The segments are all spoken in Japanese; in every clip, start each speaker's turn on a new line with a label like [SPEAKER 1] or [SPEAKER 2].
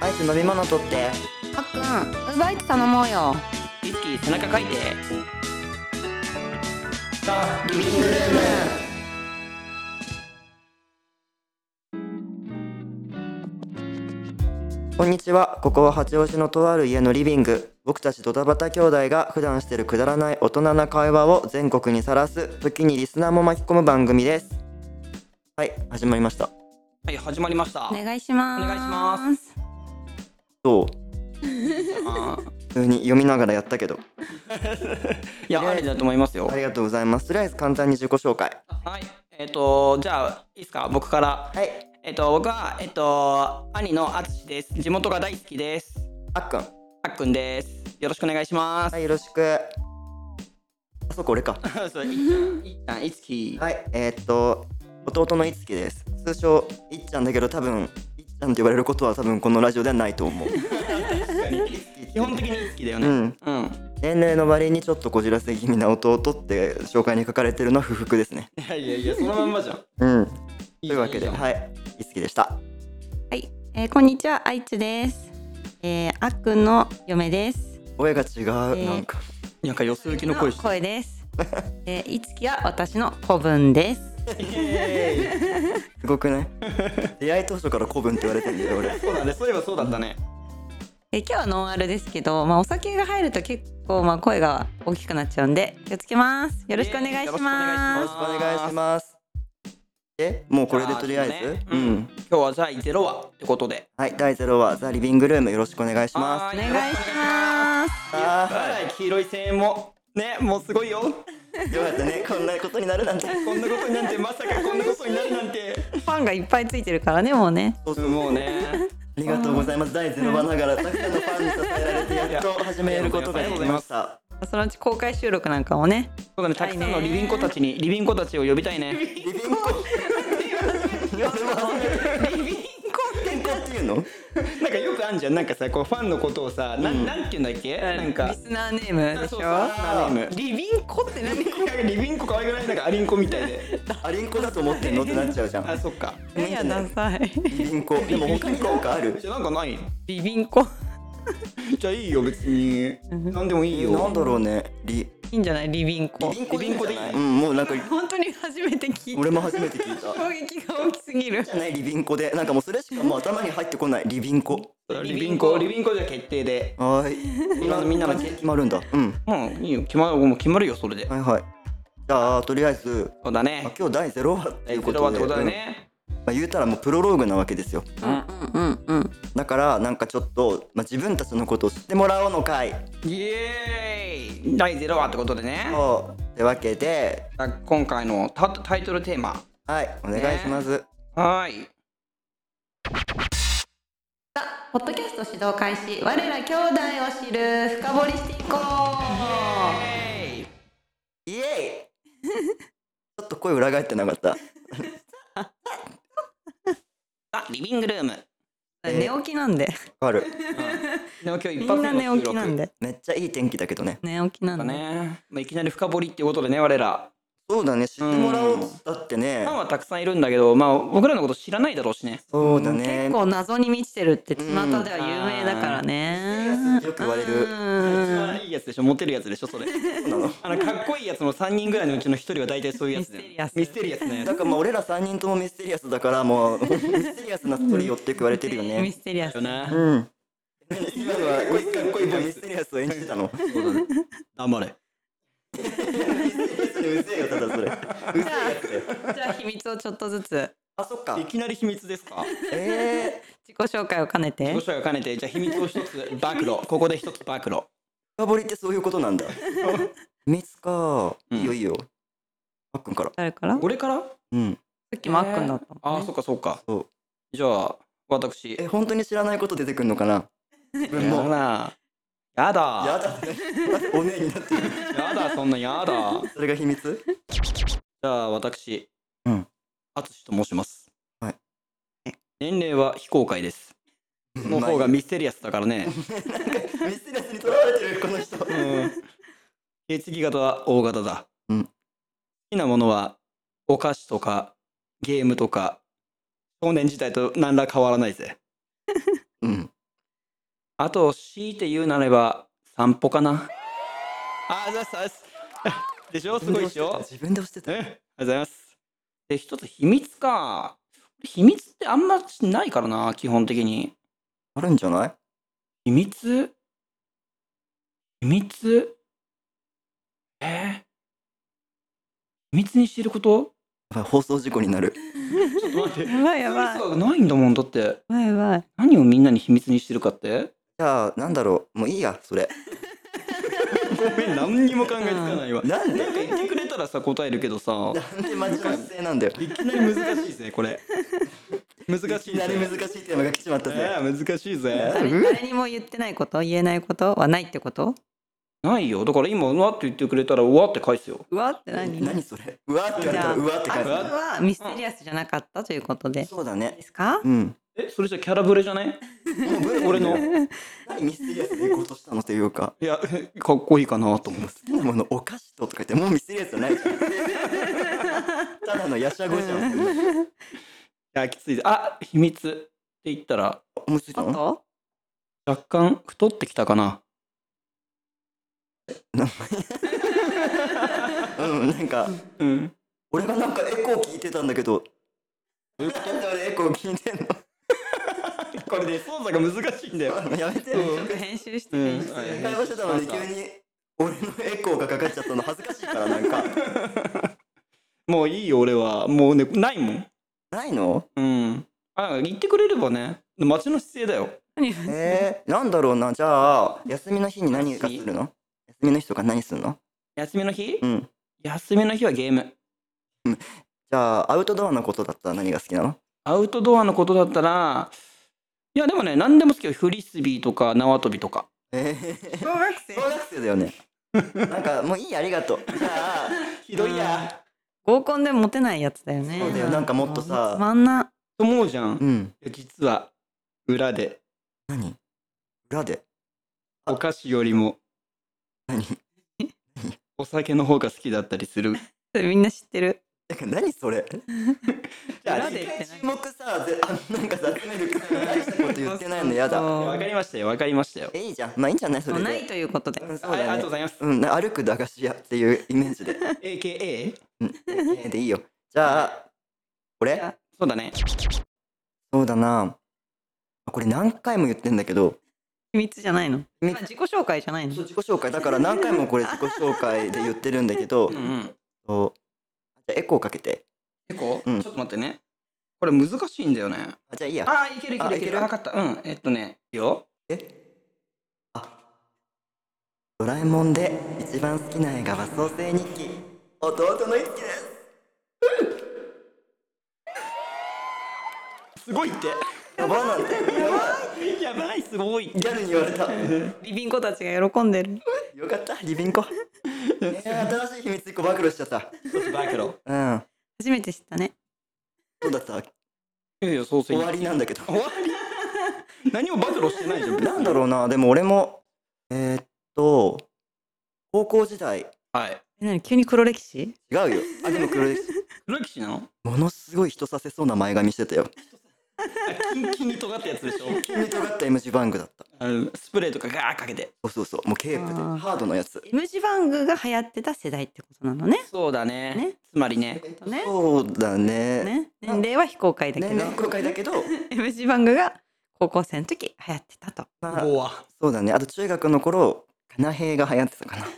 [SPEAKER 1] アイス飲み物取って
[SPEAKER 2] あっくんウーバーイーツ頼もうよ
[SPEAKER 1] ウイスキー背中かいてこんにちはここは八王子のとある家のリビング僕たちドタバタ兄弟が普段してるくだらない大人な会話を全国にさらす時にリスナーも巻き込む番組ですはい始まりました
[SPEAKER 3] はい、始まりました。
[SPEAKER 2] お願いします
[SPEAKER 3] お願いしま
[SPEAKER 1] どう
[SPEAKER 3] あー
[SPEAKER 1] 普通に読みながらやったけど
[SPEAKER 3] いや、ありだと思いますよ
[SPEAKER 1] あ。りがとうございますとりあえず簡単に自己紹介
[SPEAKER 3] はい、えっ、と、じゃあ、いいですか、僕から。
[SPEAKER 1] はい
[SPEAKER 3] えっ、と、僕は、えっ、と、兄のあつしです。地元が大好きです。
[SPEAKER 1] あっくん
[SPEAKER 3] あっくんです。よろしくお願いします
[SPEAKER 1] は。いよろしくあそこ俺か
[SPEAKER 3] そう、いっちゃん、いっちゃん、いつき。
[SPEAKER 1] はいえーっと弟のいつきです通称いっちゃんだけど多分いっちゃんって言われることは多分このラジオではないと 思う
[SPEAKER 3] 基本的にいつきだよ
[SPEAKER 1] う
[SPEAKER 3] ね。
[SPEAKER 1] ん
[SPEAKER 3] うん。
[SPEAKER 1] 年齢の割にちょっとこじらせ気味な弟って紹介に書かれてるのは不服ですね
[SPEAKER 3] いやいやいや、そのまんまじゃん。
[SPEAKER 1] うん
[SPEAKER 3] い
[SPEAKER 1] というわけではいいつきでした
[SPEAKER 2] はい、えー、こんにちは愛知です、えー、あっくんの嫁です
[SPEAKER 1] 声が違う、
[SPEAKER 2] ー
[SPEAKER 1] なんか
[SPEAKER 3] なんかよす行きの声してる。
[SPEAKER 2] 声です、 えー、いつきは私の子分です
[SPEAKER 1] すごくない出会い当初から古文って言われてるんだよ俺
[SPEAKER 3] そうだね、そういえばそうだったね。
[SPEAKER 2] えー今日はノンアルですけど、まあ、お酒が入ると結構まあ声が大きくなっちゃうんで気をつけますよろしくお願いし
[SPEAKER 3] イエーイよ
[SPEAKER 2] ま
[SPEAKER 3] ろ
[SPEAKER 1] よろしくお願いします。え、もうこれでとりあえず、
[SPEAKER 3] じゃね
[SPEAKER 1] う、
[SPEAKER 3] うんん。今日は第ゼロ話ってことで。
[SPEAKER 1] はい、第ゼロ話ザリビングルームよろしくお願いします
[SPEAKER 3] は
[SPEAKER 2] お
[SPEAKER 3] い
[SPEAKER 2] 願いします
[SPEAKER 1] す。あ
[SPEAKER 3] はい、黄色い声援も。ね、もうすごいよ。
[SPEAKER 1] ー、よかったね、こんなことになるなんて。
[SPEAKER 3] こんなことになんてまさかこんなことになるなんて
[SPEAKER 2] ファンがいっぱいついてるからねもうね
[SPEAKER 3] もうね
[SPEAKER 1] ありがとうございます。第ゼロ話ながら、たくさんのファンに支えられて、やっと始めることができました。
[SPEAKER 2] そのうち公開収録なんかもね
[SPEAKER 3] そうだねたくさんのリビンコたちにリビンコたちを呼びたいね
[SPEAKER 1] リビンコ。リビンコ。リビンコっていうの。
[SPEAKER 3] なんかよくあんじゃんなんかさこうファンのことをさ、なんなんて言うんだっけなん
[SPEAKER 2] リ
[SPEAKER 3] か
[SPEAKER 2] スナーネームでしょ
[SPEAKER 3] そうそうネーム
[SPEAKER 2] リビンコって何
[SPEAKER 3] なんかリビンコ可愛くないなんかアリンコみたいで
[SPEAKER 1] アリンコだと思ってんのってなっちゃうじゃ
[SPEAKER 3] あ
[SPEAKER 1] ん。
[SPEAKER 3] そっか
[SPEAKER 2] ややダサい
[SPEAKER 1] リビンコ。でも他に効果ある。
[SPEAKER 3] じゃあなんかない
[SPEAKER 2] ビビンコ
[SPEAKER 3] じゃあいいよ別になんでもいいよ
[SPEAKER 1] なんだろうね。リ。
[SPEAKER 2] いいんじゃないリビンコ
[SPEAKER 3] リビンコでいい
[SPEAKER 1] うん、もうなんか、
[SPEAKER 2] 本当に初めて聞い
[SPEAKER 1] 俺も初めて聞いた
[SPEAKER 2] た。衝撃が大きすぎる
[SPEAKER 1] じゃないリビンコでなんかもうそれしかもう頭に入ってこないリビンコ
[SPEAKER 3] リビンコリビンコじゃ決定で
[SPEAKER 1] はーい
[SPEAKER 3] みんなみんなの
[SPEAKER 1] 決まるんだうん
[SPEAKER 3] うんいいよ決まるもう決まるよそれで
[SPEAKER 1] はいはいじゃあとりあえず、
[SPEAKER 3] そうだ
[SPEAKER 1] まあ
[SPEAKER 3] ね、
[SPEAKER 1] 今日第0話ってい
[SPEAKER 3] え
[SPEAKER 1] う
[SPEAKER 3] こ
[SPEAKER 1] こ
[SPEAKER 3] れは
[SPEAKER 1] と
[SPEAKER 3] って
[SPEAKER 1] で
[SPEAKER 3] ことだ
[SPEAKER 1] うん
[SPEAKER 3] ね
[SPEAKER 1] まあ、言うたらもうプロローグなわけですよ
[SPEAKER 2] うんうんうん
[SPEAKER 1] だからなんかちょっと、まあ、自分たちのことを知ってもらおうのかい
[SPEAKER 3] イエーイ第0話ってことでね
[SPEAKER 1] そうってわけで
[SPEAKER 3] さあ今回のタタイトルテーマ
[SPEAKER 1] はいお願いします、
[SPEAKER 3] はーい
[SPEAKER 2] ポッドキャスト指導開始我ら兄弟を知る深掘りしていこう
[SPEAKER 3] え
[SPEAKER 1] イエイちょっと声裏返ってなかった
[SPEAKER 3] あリビングルーム
[SPEAKER 2] 寝起きなんで
[SPEAKER 1] わかる
[SPEAKER 3] 今日
[SPEAKER 2] み
[SPEAKER 3] 一
[SPEAKER 2] ん
[SPEAKER 3] 発
[SPEAKER 2] な
[SPEAKER 3] 目
[SPEAKER 2] 寝
[SPEAKER 3] の収
[SPEAKER 2] 起
[SPEAKER 3] 録
[SPEAKER 2] きなんで
[SPEAKER 1] めっちゃいい天気だけどね
[SPEAKER 2] 寝起きな
[SPEAKER 3] だ
[SPEAKER 2] んで
[SPEAKER 3] ね、まあ、いきなり深掘りっていうことでね我ら
[SPEAKER 1] そうだね知ってもらおう
[SPEAKER 3] うん
[SPEAKER 1] っつったってね
[SPEAKER 3] ファンはたくさんいるんだけどまあ僕らのこと知らないだろうしね
[SPEAKER 1] そうだ
[SPEAKER 2] 結
[SPEAKER 1] ね
[SPEAKER 2] 構謎に満ちてるって巷では有名だからね
[SPEAKER 1] よく言われる
[SPEAKER 2] る
[SPEAKER 3] いいやつでしょモテるやつでしょそれ
[SPEAKER 1] そうなの
[SPEAKER 3] あのかっこいいやつの3人ぐらいのうちの1人は大体そういうやつだよ
[SPEAKER 2] ミステリアス
[SPEAKER 3] ミステリアスね
[SPEAKER 1] なんかまあ俺ら3人ともミステリアスだからもう ミステリアスなストーリーよってよく言われてるよ
[SPEAKER 2] ミ
[SPEAKER 1] ね
[SPEAKER 2] ステリアス
[SPEAKER 3] よね
[SPEAKER 1] うん今のはかっこいいミステリアスを演じてたのう
[SPEAKER 3] 黙れ
[SPEAKER 1] ぜえよただそれ
[SPEAKER 2] じゃあ、じゃあ秘密をちょっとずつ
[SPEAKER 1] あそっか
[SPEAKER 3] いきなり秘密ですか
[SPEAKER 1] え
[SPEAKER 2] 自己紹介を兼ねて
[SPEAKER 3] ご。紹介を兼ねてじゃあ秘密を一つ暴露ここで一つ暴露
[SPEAKER 1] ー、深掘りってそういうことなんだミスか
[SPEAKER 3] うん
[SPEAKER 1] いいよいいよあっくんから
[SPEAKER 2] 誰から？さ
[SPEAKER 3] これから
[SPEAKER 1] うん
[SPEAKER 2] っきもあっくんだった
[SPEAKER 3] あ
[SPEAKER 2] もん
[SPEAKER 3] あ
[SPEAKER 2] ね
[SPEAKER 3] そっかそっか
[SPEAKER 1] そう
[SPEAKER 3] じゃあ私
[SPEAKER 1] え本当に知らないこと出てくんのかな自分
[SPEAKER 3] やだ
[SPEAKER 1] も
[SPEAKER 3] なや
[SPEAKER 1] や
[SPEAKER 3] だ
[SPEAKER 1] だ ねおねえになってる
[SPEAKER 3] やだそんなや だじ
[SPEAKER 1] それが秘密
[SPEAKER 3] ゃあ私
[SPEAKER 1] うん
[SPEAKER 3] あつしと申します
[SPEAKER 1] はい
[SPEAKER 3] 年齢は非公開ですの方が
[SPEAKER 1] ミ
[SPEAKER 3] ミステリアスだからね
[SPEAKER 1] ステリアスにとらわれてるこの人
[SPEAKER 3] うん血液型は O 型だ
[SPEAKER 1] うん
[SPEAKER 3] 好きなものはお菓子とかゲームとか少年時代と何ら変わらないぜ
[SPEAKER 1] うん
[SPEAKER 3] あと強いて言うなれば散歩かなあざっすあざっす でしょすごいでし ょ
[SPEAKER 1] 自分で押してた
[SPEAKER 3] えありがとうございます。で、一つ秘密か。秘密ってあんましないからな、基本的に。
[SPEAKER 1] あるんじゃない
[SPEAKER 3] 秘密秘密えー、秘密にしてること
[SPEAKER 1] やばい放送事故になる
[SPEAKER 3] ちょっと待って。
[SPEAKER 2] やばいやばい
[SPEAKER 3] 秘密はないんだもん、だって。
[SPEAKER 2] ばいやばい
[SPEAKER 3] 何をみんなに秘密にしてるかって
[SPEAKER 1] じゃあなんだろうもういいやそれ
[SPEAKER 3] ごめん、 何にも考えつか ないわ。
[SPEAKER 1] なんで
[SPEAKER 3] なんか言ってくれたらさ、答えるけどさ。
[SPEAKER 1] なんでマジ発生なんだよ
[SPEAKER 3] いきなり難しいぜ、これ。難しいぜ。
[SPEAKER 1] いきなり難しいテーマが来ちまったぜ
[SPEAKER 3] えー難しいぜ。
[SPEAKER 2] 誰誰にも言ってないこと言えないことはないってこと
[SPEAKER 3] ないよ。だから今、うわって言ってくれたら、うわって返すよ。
[SPEAKER 2] うわって何
[SPEAKER 1] 何それうわって言われたら
[SPEAKER 2] じゃ
[SPEAKER 1] うわって
[SPEAKER 2] あ
[SPEAKER 1] 返
[SPEAKER 2] それはミステリアスじゃなかったということです
[SPEAKER 1] そうだ
[SPEAKER 2] いい
[SPEAKER 1] ね
[SPEAKER 2] ですか
[SPEAKER 1] うん
[SPEAKER 3] え、それじゃキャラブレじゃない
[SPEAKER 1] もうブレ
[SPEAKER 3] 俺の。
[SPEAKER 1] 何ミステリアスで行こうとしたのというか
[SPEAKER 3] いや、かっこいいかなと思う。
[SPEAKER 1] 変なものお菓子ととか言ってもうミステリアスじゃないじゃんただのやしゃごじゃん
[SPEAKER 3] いや、きついぜ。あ、秘密って言ったら、
[SPEAKER 1] 思いついた
[SPEAKER 2] あ
[SPEAKER 1] の
[SPEAKER 2] と
[SPEAKER 3] 若干太ってきたかな。
[SPEAKER 1] うんなんか
[SPEAKER 3] うん。
[SPEAKER 1] 俺がなんかエコー聞いてたんだけど
[SPEAKER 3] どういうこ
[SPEAKER 1] なんで俺エコー聞いてん
[SPEAKER 3] これで、操作が難しいんだ。
[SPEAKER 1] のやめてよ
[SPEAKER 3] うん
[SPEAKER 2] 編集して
[SPEAKER 3] うん
[SPEAKER 2] 編集。
[SPEAKER 3] はい
[SPEAKER 1] 会話してたのに急に俺のエコーがかかっちゃったの恥ずかしいからなんか
[SPEAKER 3] もういいよ、俺は。もうね、ないもん。
[SPEAKER 1] ないの
[SPEAKER 3] うん。あ、言ってくれればね、街の姿勢だよ。
[SPEAKER 2] 何
[SPEAKER 1] えー、なんだろうなじゃあ休みの日に何かするの休みの日とか何するの
[SPEAKER 3] 休みの日
[SPEAKER 1] うんじ
[SPEAKER 3] 休みの日はゲーム。
[SPEAKER 1] ゃあアウトドアのことだったら何が好きなの
[SPEAKER 3] アウトドアのことだったら、いや、でもね、何でも好きよ。フリスビーとか縄跳びとか。
[SPEAKER 1] えー
[SPEAKER 2] 小学生
[SPEAKER 1] 小学生だよねなんかもういいありがとうじゃあ
[SPEAKER 3] ひ
[SPEAKER 2] どいや。合コンでモテないやつだよね
[SPEAKER 1] そうだよなんかもっとさ
[SPEAKER 2] つまんな
[SPEAKER 3] と思うじゃん。
[SPEAKER 1] うん
[SPEAKER 3] いや実は裏で
[SPEAKER 1] 何裏で
[SPEAKER 3] お菓子よりも
[SPEAKER 1] 何
[SPEAKER 3] お酒の方が好きだったりする。
[SPEAKER 2] みんな知ってる
[SPEAKER 1] なんか何それ
[SPEAKER 2] 裏でって何
[SPEAKER 1] 注目さぜ あなんか雑めるくらい大したこと言ってないのやだ
[SPEAKER 2] そう
[SPEAKER 3] わかりましたよ、わかりましたよ。
[SPEAKER 1] えいいじゃんまあいいんじゃないそ
[SPEAKER 2] も
[SPEAKER 1] れ
[SPEAKER 2] う
[SPEAKER 1] で
[SPEAKER 2] ないということで
[SPEAKER 1] うんそう
[SPEAKER 3] はい、あり
[SPEAKER 1] だ
[SPEAKER 3] がと
[SPEAKER 1] ね
[SPEAKER 3] うございます。
[SPEAKER 1] うん歩く駄菓子屋っていうイメージで
[SPEAKER 3] AKA?
[SPEAKER 1] えーでいいよじゃあ
[SPEAKER 2] じゃあ
[SPEAKER 1] 俺
[SPEAKER 3] そうだね。
[SPEAKER 1] そうだなこれ何回も言ってんだけど
[SPEAKER 2] 秘密じゃないの
[SPEAKER 1] 秘密
[SPEAKER 2] まあ自己紹介じゃないの
[SPEAKER 1] そう自己紹介だから何回もこれ自己紹介で言ってるんだけど
[SPEAKER 3] うんうん。
[SPEAKER 1] そうじゃあエコーかけて
[SPEAKER 3] 結構、
[SPEAKER 1] うん
[SPEAKER 3] ちょっと待ってね。これ難しいんだよね。
[SPEAKER 1] あじゃあいいや
[SPEAKER 3] あー、いけるいけ
[SPEAKER 1] あ
[SPEAKER 3] る
[SPEAKER 1] い
[SPEAKER 3] い
[SPEAKER 1] け
[SPEAKER 3] け
[SPEAKER 1] る
[SPEAKER 3] る。わかった。うん。えっとね、いいよ。
[SPEAKER 1] えあドラえもんで一番好きな映画は創世日記弟の一輝です
[SPEAKER 3] すごいって。
[SPEAKER 1] やばなんてやば
[SPEAKER 3] やばい、すごい
[SPEAKER 1] いギ。ャルに言われ た
[SPEAKER 2] リビンコたちが喜んでる
[SPEAKER 1] よかったリビン コえー新しい秘密一個暴露しちゃった
[SPEAKER 3] バイクロ。
[SPEAKER 1] うん
[SPEAKER 2] 初めて知ったね
[SPEAKER 1] そうだった
[SPEAKER 3] いやいや、そうそ
[SPEAKER 1] 終
[SPEAKER 3] う。
[SPEAKER 1] わりなんだけど
[SPEAKER 3] 終わり何も暴露してないじゃん。
[SPEAKER 1] なんだろうなでも俺もえーっと高校時代
[SPEAKER 3] はい。
[SPEAKER 2] え何急に黒歴史
[SPEAKER 1] 違う よあでも黒です
[SPEAKER 3] 黒騎士なの
[SPEAKER 1] ものすごい人させそうな前髪してたよ
[SPEAKER 3] キンキンに尖ったやつでしょ
[SPEAKER 1] 急に尖った M 字バングだった
[SPEAKER 3] あのスプレーとかガーかけて。
[SPEAKER 1] そうそうそうもうケープで
[SPEAKER 2] あー
[SPEAKER 1] ハードのやつ
[SPEAKER 2] M 字バングが流行ってた世代ってことなのね
[SPEAKER 3] そうだね。
[SPEAKER 2] ね
[SPEAKER 3] つまりね。
[SPEAKER 2] ね
[SPEAKER 1] そうだね
[SPEAKER 2] ね年齢は非公開だけ
[SPEAKER 1] 年
[SPEAKER 2] ど
[SPEAKER 1] 齢公開だけど
[SPEAKER 2] M 字バングが高校生の時流行ってたと
[SPEAKER 1] まあ
[SPEAKER 3] 棒は。
[SPEAKER 1] そうだねあと中学の頃かなへいが流行ってたかな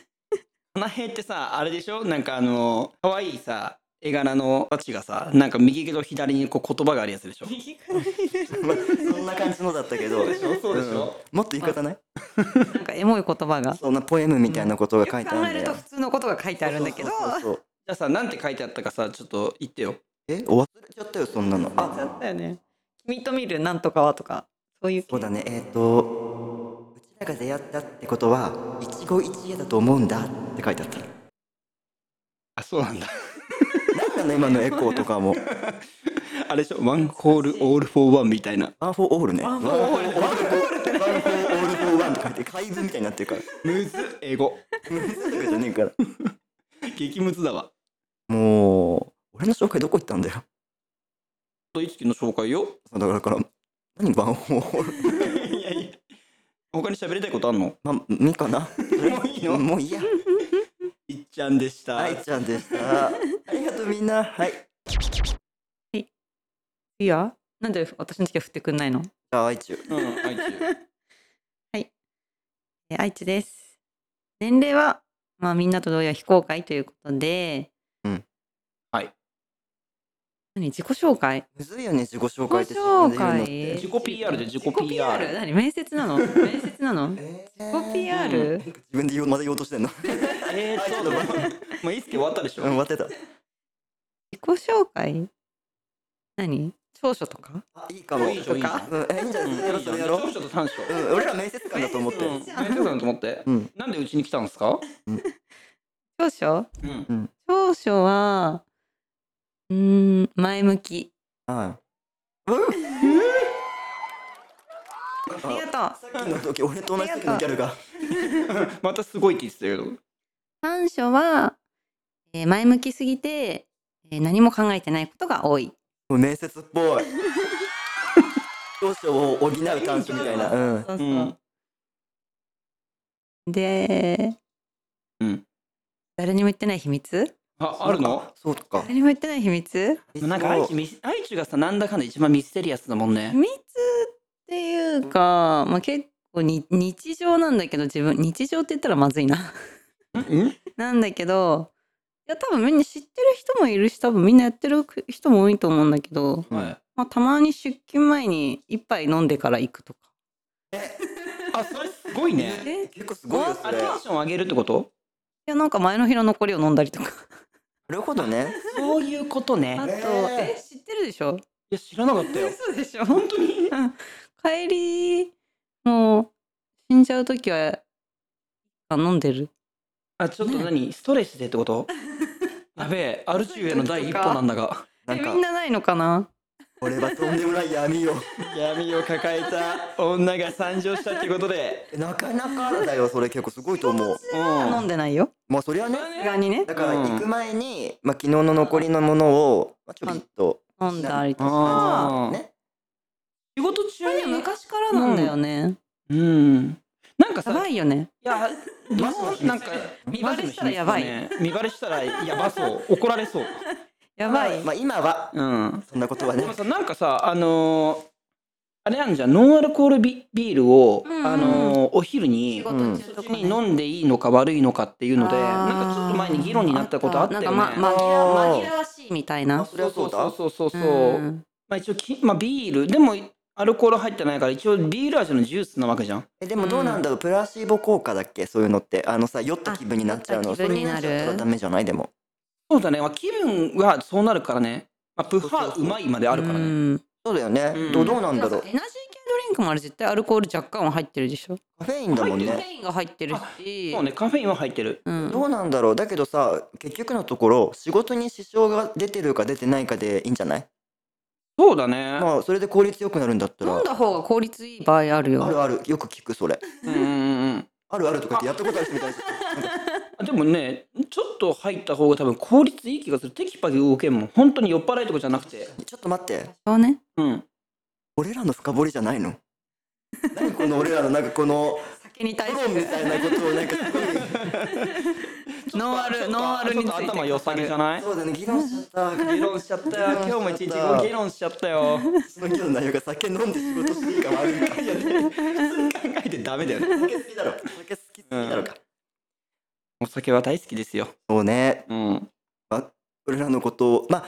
[SPEAKER 3] 花平ってさ、あれでしょなんかあの、可愛いさ、絵柄のたちがさ、なんか右と左にこう言葉があるやつでしょ
[SPEAKER 2] 右から左
[SPEAKER 1] まあそんな感じのだったけどうんもっと言い方ない
[SPEAKER 2] なんかエモい言葉が
[SPEAKER 1] そんなポエムみたいなことが書いてあ
[SPEAKER 2] 考
[SPEAKER 1] る
[SPEAKER 2] え
[SPEAKER 1] んだ
[SPEAKER 2] る
[SPEAKER 1] よ
[SPEAKER 2] と普通のことが書いてあるんだけど
[SPEAKER 1] そうそうそうそう
[SPEAKER 3] じゃあさ、なんて書いてあったかさ、ちょっと言ってよ。
[SPEAKER 1] えお忘れちゃったよそんなの
[SPEAKER 2] あちゃ
[SPEAKER 1] あ
[SPEAKER 2] ったよね君と見るなんとかはとかそういう系
[SPEAKER 1] そうだねえっ、とうちらが出会ったってことは一期一会だと思うんだって書いてあった
[SPEAKER 3] あ、そうなんだ。
[SPEAKER 1] なんなの今のエコーとか も
[SPEAKER 3] あれでしょワンホールオールフォーワンみたいな。
[SPEAKER 1] ワンフォーオールね
[SPEAKER 2] ワンフォー
[SPEAKER 1] ワン
[SPEAKER 2] オ
[SPEAKER 1] フォーオールワンフォーオールフォーワンって書いて怪文みたいになってるから
[SPEAKER 3] むず、英語。
[SPEAKER 1] そういうわけじゃねえから
[SPEAKER 3] 激ムズだわ。
[SPEAKER 1] もう俺の紹介どこ行ったんだよ
[SPEAKER 3] と、いつきの紹介よ。
[SPEAKER 1] そうだからだから何番を
[SPEAKER 3] いやいや。他に喋りたいことあんの
[SPEAKER 1] まあ、みかな
[SPEAKER 3] もういいの
[SPEAKER 1] もういいや。
[SPEAKER 3] いっちゃんでした
[SPEAKER 1] 愛ちゃんでした。ありがとうみんな。はい。じ
[SPEAKER 2] いやなんで私の時は振ってくんないの
[SPEAKER 1] ゃあ愛ちゅう。
[SPEAKER 3] うん愛知
[SPEAKER 2] え愛知です年齢はまあみんなと同様非公開ということで
[SPEAKER 1] うん
[SPEAKER 3] はい
[SPEAKER 2] 何自己紹介
[SPEAKER 1] むずいよね自己紹介って
[SPEAKER 2] 自己
[SPEAKER 1] 自分
[SPEAKER 2] 紹
[SPEAKER 1] で言うのって。
[SPEAKER 2] 介
[SPEAKER 3] 自己 PR で自己
[SPEAKER 2] 自己
[SPEAKER 3] PR
[SPEAKER 2] 何面接なの面接なの
[SPEAKER 1] えー
[SPEAKER 2] 自己 PR
[SPEAKER 1] うん自分で言うまだ言おうとしてんの。
[SPEAKER 3] えー、ちょっと待ってもういいっ すけ終わったでしょ
[SPEAKER 1] うん、待ってた。
[SPEAKER 2] 自己紹介何長所とか
[SPEAKER 1] あいいかも。
[SPEAKER 3] いいじゃんいいじゃん
[SPEAKER 1] うん、えいいんじゃ
[SPEAKER 3] うん
[SPEAKER 1] ない
[SPEAKER 3] い
[SPEAKER 1] やろう
[SPEAKER 3] い
[SPEAKER 1] そ
[SPEAKER 3] じゃん
[SPEAKER 1] れやろ
[SPEAKER 3] 長所と短所
[SPEAKER 1] う。うん、俺ら面接官だと思って
[SPEAKER 3] う
[SPEAKER 1] る。
[SPEAKER 3] ん面接官と思って
[SPEAKER 1] うん。
[SPEAKER 3] なんでうちに来たんですか
[SPEAKER 2] 長所
[SPEAKER 3] うん
[SPEAKER 2] 長所はうーん前向き
[SPEAKER 1] はい。
[SPEAKER 2] ありがとう
[SPEAKER 1] さっきの時俺と同じ時のギャルが。
[SPEAKER 3] またすごいって言ってたけど
[SPEAKER 2] 短所は、えー前向きすぎて、えー何も考えてないことが多い
[SPEAKER 1] もう面接っ ぽい。長所を補う短所みたいな。うん。
[SPEAKER 2] そう
[SPEAKER 3] う
[SPEAKER 2] そうんで
[SPEAKER 3] うん
[SPEAKER 2] 誰にも言ってない秘密
[SPEAKER 3] ああるの
[SPEAKER 1] そうか。
[SPEAKER 2] 誰にも言ってない秘密
[SPEAKER 3] なんか愛知ミス愛知がさなんだかんだ一番ミステリアスだもん
[SPEAKER 2] 秘
[SPEAKER 3] ね
[SPEAKER 2] 密っていうか、まあ、結構に日常なんだけど自分日常って言ったらまずいな
[SPEAKER 3] うん
[SPEAKER 2] なんだけどいや多分みんな知ってる人もいるし多分みんなやってる人も多いと思うんだけど、
[SPEAKER 3] はい
[SPEAKER 2] まあ、たまに出勤前に一杯飲んでから行くとか。
[SPEAKER 3] あそれすごいね
[SPEAKER 2] え
[SPEAKER 1] 結構すごいよ
[SPEAKER 3] あ
[SPEAKER 1] そ
[SPEAKER 3] テ
[SPEAKER 1] れ。
[SPEAKER 3] ンション上げるってこと
[SPEAKER 2] いやなんか前の日の残りを飲んだりとか
[SPEAKER 1] なるほどね。
[SPEAKER 3] そういうことね
[SPEAKER 2] あと、
[SPEAKER 1] え
[SPEAKER 2] え知ってるでしょ
[SPEAKER 3] いや知らなかったよ
[SPEAKER 2] 嘘でしょ
[SPEAKER 3] 本当に
[SPEAKER 2] うん 帰りもう死んじゃう時はあ飲んでる
[SPEAKER 3] あちょっと何ストレスでってことやべえアルチューへの第一歩なんだが
[SPEAKER 1] なん
[SPEAKER 2] え
[SPEAKER 1] か
[SPEAKER 2] みんなないのかな
[SPEAKER 1] 俺はとんでもない闇よ。
[SPEAKER 3] 闇を抱えた女が参上したってことで
[SPEAKER 1] なかなかだよそれ結構すごいと思う。
[SPEAKER 3] う
[SPEAKER 2] 飲ん
[SPEAKER 3] ん
[SPEAKER 2] でないよ
[SPEAKER 1] まあそりゃね。
[SPEAKER 2] さすがにね
[SPEAKER 1] だから行く前に、まあ昨日の残りのものを、まあ、ちょびっと
[SPEAKER 2] 飲んだりとか
[SPEAKER 3] あー
[SPEAKER 1] ね。
[SPEAKER 3] 仕
[SPEAKER 2] こ
[SPEAKER 3] 事
[SPEAKER 2] れ
[SPEAKER 3] 中
[SPEAKER 2] ね
[SPEAKER 3] に
[SPEAKER 2] 昔からなんだよね、
[SPEAKER 3] うんなんか
[SPEAKER 2] や
[SPEAKER 3] さ
[SPEAKER 2] ばいよね
[SPEAKER 3] いや、
[SPEAKER 1] バ
[SPEAKER 3] バ
[SPEAKER 1] スの秘
[SPEAKER 3] ス
[SPEAKER 1] 密
[SPEAKER 3] なんか、
[SPEAKER 2] 見バレしたらやばい。
[SPEAKER 3] 見バレしたらやばそう、怒られそう。
[SPEAKER 2] やばい、
[SPEAKER 1] まあ今は
[SPEAKER 3] うん。
[SPEAKER 1] そんなことは
[SPEAKER 3] で
[SPEAKER 1] ね
[SPEAKER 3] も。さ、なんかさ、あのーあれなんじゃん、ノンアルコールビビールを、
[SPEAKER 2] うんうん
[SPEAKER 3] あのーお昼に
[SPEAKER 2] 仕。事中とか、ね
[SPEAKER 3] 飲んでいいのか悪いのかっていうので
[SPEAKER 2] あー
[SPEAKER 3] なんかちょっと前に議論になったことあったよね
[SPEAKER 2] なんか、ま、
[SPEAKER 1] あ
[SPEAKER 2] 紛ら
[SPEAKER 1] ー
[SPEAKER 2] 紛らわしいみたいな
[SPEAKER 1] そりゃそうだ
[SPEAKER 3] そうそうそうそう、
[SPEAKER 2] ん
[SPEAKER 3] まあ一応き、まあ、ビールでもアルコール入ってないから一応ビール味のジュースなわけじゃん
[SPEAKER 1] えでもどうなんだろう、プラシーボ効果だっけそういうのってあのさ酔った気分になっちゃうの
[SPEAKER 2] あ酔った気分になる
[SPEAKER 1] それになっちゃったらダメじゃないでも
[SPEAKER 3] そうだね、まあ、気分はそうなるからね、まあ、プハうまいまであるから
[SPEAKER 2] う
[SPEAKER 3] ね
[SPEAKER 2] ん
[SPEAKER 1] そうだよね、
[SPEAKER 3] うん
[SPEAKER 1] どうどうなんだろう
[SPEAKER 2] でもさエナジー系ドリンクもあれ絶対アルコール若干は入ってるでしょ
[SPEAKER 1] カフェインだもん
[SPEAKER 2] カフ
[SPEAKER 1] ね
[SPEAKER 2] ェインが入ってるし
[SPEAKER 3] そうねカフェインは入ってる
[SPEAKER 2] うん
[SPEAKER 1] どうなんだろうだけどさ結局のところ仕事に支障が出てるか出てないかでいいんじゃない
[SPEAKER 3] そうだね、
[SPEAKER 1] まあそれで効率よくなるんだったら
[SPEAKER 2] 飲んだ方が効率いい場合あるよ
[SPEAKER 1] あるあるよく聞くそれ
[SPEAKER 3] うんうんうん
[SPEAKER 1] あるあるとかってやったことある人みたいな
[SPEAKER 3] あでもねちょっと入った方が多分効率いい気がするテキパキ動けんもん本当に酔っ払いとかじゃなくて
[SPEAKER 1] ちょっと待って
[SPEAKER 2] そうね
[SPEAKER 3] うん
[SPEAKER 1] 俺らの深掘りじゃないの何この俺らのなんかこの
[SPEAKER 2] 酒に対
[SPEAKER 1] プ
[SPEAKER 2] す
[SPEAKER 1] ロみ
[SPEAKER 2] る
[SPEAKER 1] たいなことをなんかすごい
[SPEAKER 2] ノンアル
[SPEAKER 3] ちょっと
[SPEAKER 2] ノンアルについて
[SPEAKER 3] ちょっと頭良さげじゃない
[SPEAKER 1] そうだね議論しちゃった
[SPEAKER 3] 議論しちゃったよ今日も一日議論しちゃったよ
[SPEAKER 1] その議論の内容が酒飲んで仕事していいか悪いかいやね
[SPEAKER 3] 考えてダメだよね
[SPEAKER 1] 酒好きだろ酒好きすぎだろか、
[SPEAKER 3] お酒は大好きですよ
[SPEAKER 1] そうね
[SPEAKER 3] うん
[SPEAKER 1] 俺らのことをまあ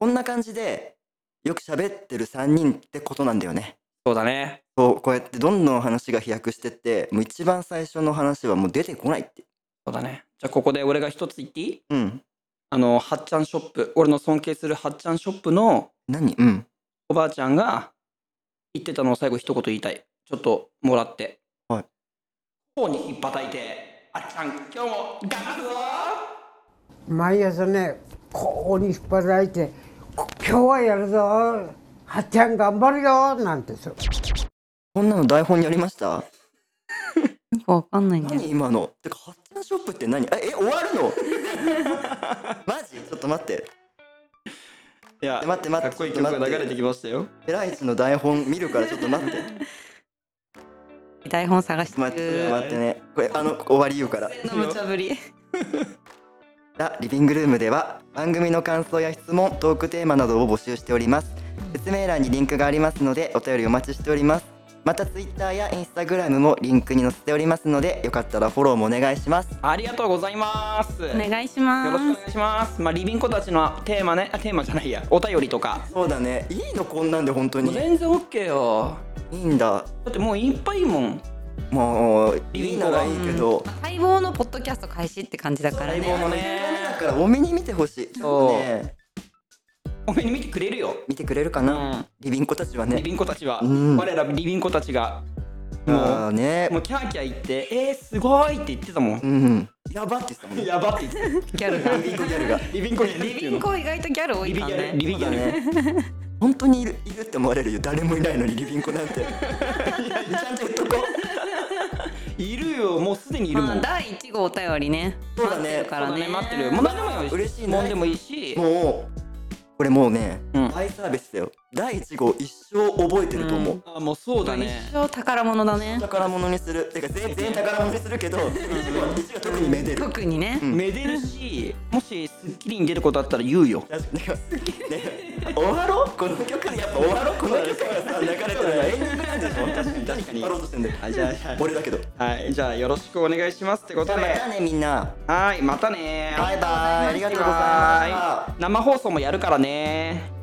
[SPEAKER 1] こんな感じでよく喋ってる3人ってことなんだよね
[SPEAKER 3] そうだね
[SPEAKER 1] そうこうやってどんどん話が飛躍してってもう一番最初の話はもう出てこないって
[SPEAKER 3] そうだねじゃあここで俺が一つ言っていい
[SPEAKER 1] うん
[SPEAKER 3] あのはっちゃんショップ俺の尊敬するはっちゃんショップの
[SPEAKER 1] 何うん
[SPEAKER 3] おばあちゃんが言ってたのを最後一言言いたいちょっともらって
[SPEAKER 1] はい
[SPEAKER 3] 頬に引っ叩いてあっちゃん今日も頑張るぞ
[SPEAKER 4] 毎朝ねこうに引っ張られて「こ今日はやるぞはっちゃん頑張るよ」なんてそう
[SPEAKER 1] こんなの台本にありました
[SPEAKER 2] よくわかんないんだよ
[SPEAKER 1] 何今のてか発展ショップって何ええ終わるの マジちょっと待って
[SPEAKER 3] いや
[SPEAKER 1] 待って待って
[SPEAKER 3] かっこいい曲が流れてきましたよ
[SPEAKER 1] ペライチの台本見るからちょっと待って
[SPEAKER 3] い
[SPEAKER 2] 台本探して
[SPEAKER 1] 待って
[SPEAKER 2] る
[SPEAKER 1] 待ってねこれあの終わり言うから
[SPEAKER 2] の無茶ぶり
[SPEAKER 1] ラ・リビングルームでは番組の感想や質問トークテーマなどを募集しております説明欄にリンクがありますのでお便りお待ちしておりますまた Twitter や Instagram もリンクに載せておりますのでよかったらフォローもお願いします
[SPEAKER 3] ありがとうございます。
[SPEAKER 2] お願いし
[SPEAKER 3] よ
[SPEAKER 2] ま
[SPEAKER 3] ろしくお
[SPEAKER 2] す
[SPEAKER 3] 願いします。まあ、リビンコたちのテーマね、あテーマじゃないや、お便りとか。
[SPEAKER 1] そうだねいいのこんなんで本当
[SPEAKER 3] もう
[SPEAKER 1] に
[SPEAKER 3] 全然 OK よ。
[SPEAKER 1] いいんだ
[SPEAKER 3] だってもういっぱいいいもん。
[SPEAKER 1] もう
[SPEAKER 3] リ
[SPEAKER 1] い
[SPEAKER 3] ビ
[SPEAKER 1] い
[SPEAKER 3] ング
[SPEAKER 1] な
[SPEAKER 3] は
[SPEAKER 1] らいいけど
[SPEAKER 2] 待望のポッドキャスト開始って感じだから
[SPEAKER 1] 相
[SPEAKER 2] ね
[SPEAKER 1] 棒もね
[SPEAKER 3] ね
[SPEAKER 1] だから多めに見てほしい
[SPEAKER 3] そう
[SPEAKER 1] ね
[SPEAKER 3] お目に見てくれるよ。
[SPEAKER 1] 見てくれるか
[SPEAKER 3] う。
[SPEAKER 1] なんリビンコたちは
[SPEAKER 3] リ
[SPEAKER 1] ね
[SPEAKER 3] ビンコたちは、
[SPEAKER 1] うん
[SPEAKER 3] 我らリビンコたちが、
[SPEAKER 1] あ
[SPEAKER 3] も
[SPEAKER 1] あね
[SPEAKER 3] う、もうキャーキャー言って、えー、すごいって言ってたもん
[SPEAKER 1] う。んやばって言ってたもんね
[SPEAKER 3] やばって言って
[SPEAKER 2] ギャルが
[SPEAKER 1] リビンコギャルが
[SPEAKER 3] た。リビンコギャル
[SPEAKER 2] リビンコ意外とギャル多
[SPEAKER 3] リ
[SPEAKER 2] い
[SPEAKER 3] ビ
[SPEAKER 2] か
[SPEAKER 3] ン
[SPEAKER 2] ら
[SPEAKER 3] ギャル。
[SPEAKER 2] ね
[SPEAKER 3] リビンギャル。
[SPEAKER 1] ね、本当にいるいるって思われるよ誰もいないのにリビンコなんて ちゃんと言っとこう
[SPEAKER 3] いるよ、もうすでにいるも
[SPEAKER 2] まあ
[SPEAKER 3] ん。
[SPEAKER 2] 第1号お便りね
[SPEAKER 1] そうだね
[SPEAKER 2] 待ってるか
[SPEAKER 3] そう
[SPEAKER 2] ら
[SPEAKER 3] だね
[SPEAKER 2] ね
[SPEAKER 3] 待ってるよ。もう何でもいいよ。
[SPEAKER 1] 嬉しいね
[SPEAKER 3] もんでもいいし。
[SPEAKER 1] もうこれもうね、
[SPEAKER 3] うん
[SPEAKER 1] 大サービスだよ第1号一生覚えてると思う、
[SPEAKER 3] あ、もうそうだね。
[SPEAKER 2] 一生宝物だね
[SPEAKER 1] 宝物にするてか全全員宝物にするけど1号は1が特にめでる
[SPEAKER 2] 特にね
[SPEAKER 1] うん
[SPEAKER 3] めでるし、もし『スッキリ』に出ることあったら言うよ。
[SPEAKER 1] 確かになんかね終わろうこの曲でやっぱ終わろうこの曲がさ流れてるのはエンディングなんでしょ確かに
[SPEAKER 3] 確かに
[SPEAKER 1] 終わろうとしてんだよ
[SPEAKER 3] あじゃあじゃあ
[SPEAKER 1] 俺だけどじ
[SPEAKER 3] はい、じゃあよろしくお願いしますってこと
[SPEAKER 1] ゃあま
[SPEAKER 3] で。
[SPEAKER 1] たねみんな
[SPEAKER 3] はい、またね
[SPEAKER 1] バイバイありがとうございました
[SPEAKER 3] はい生放送もやるからね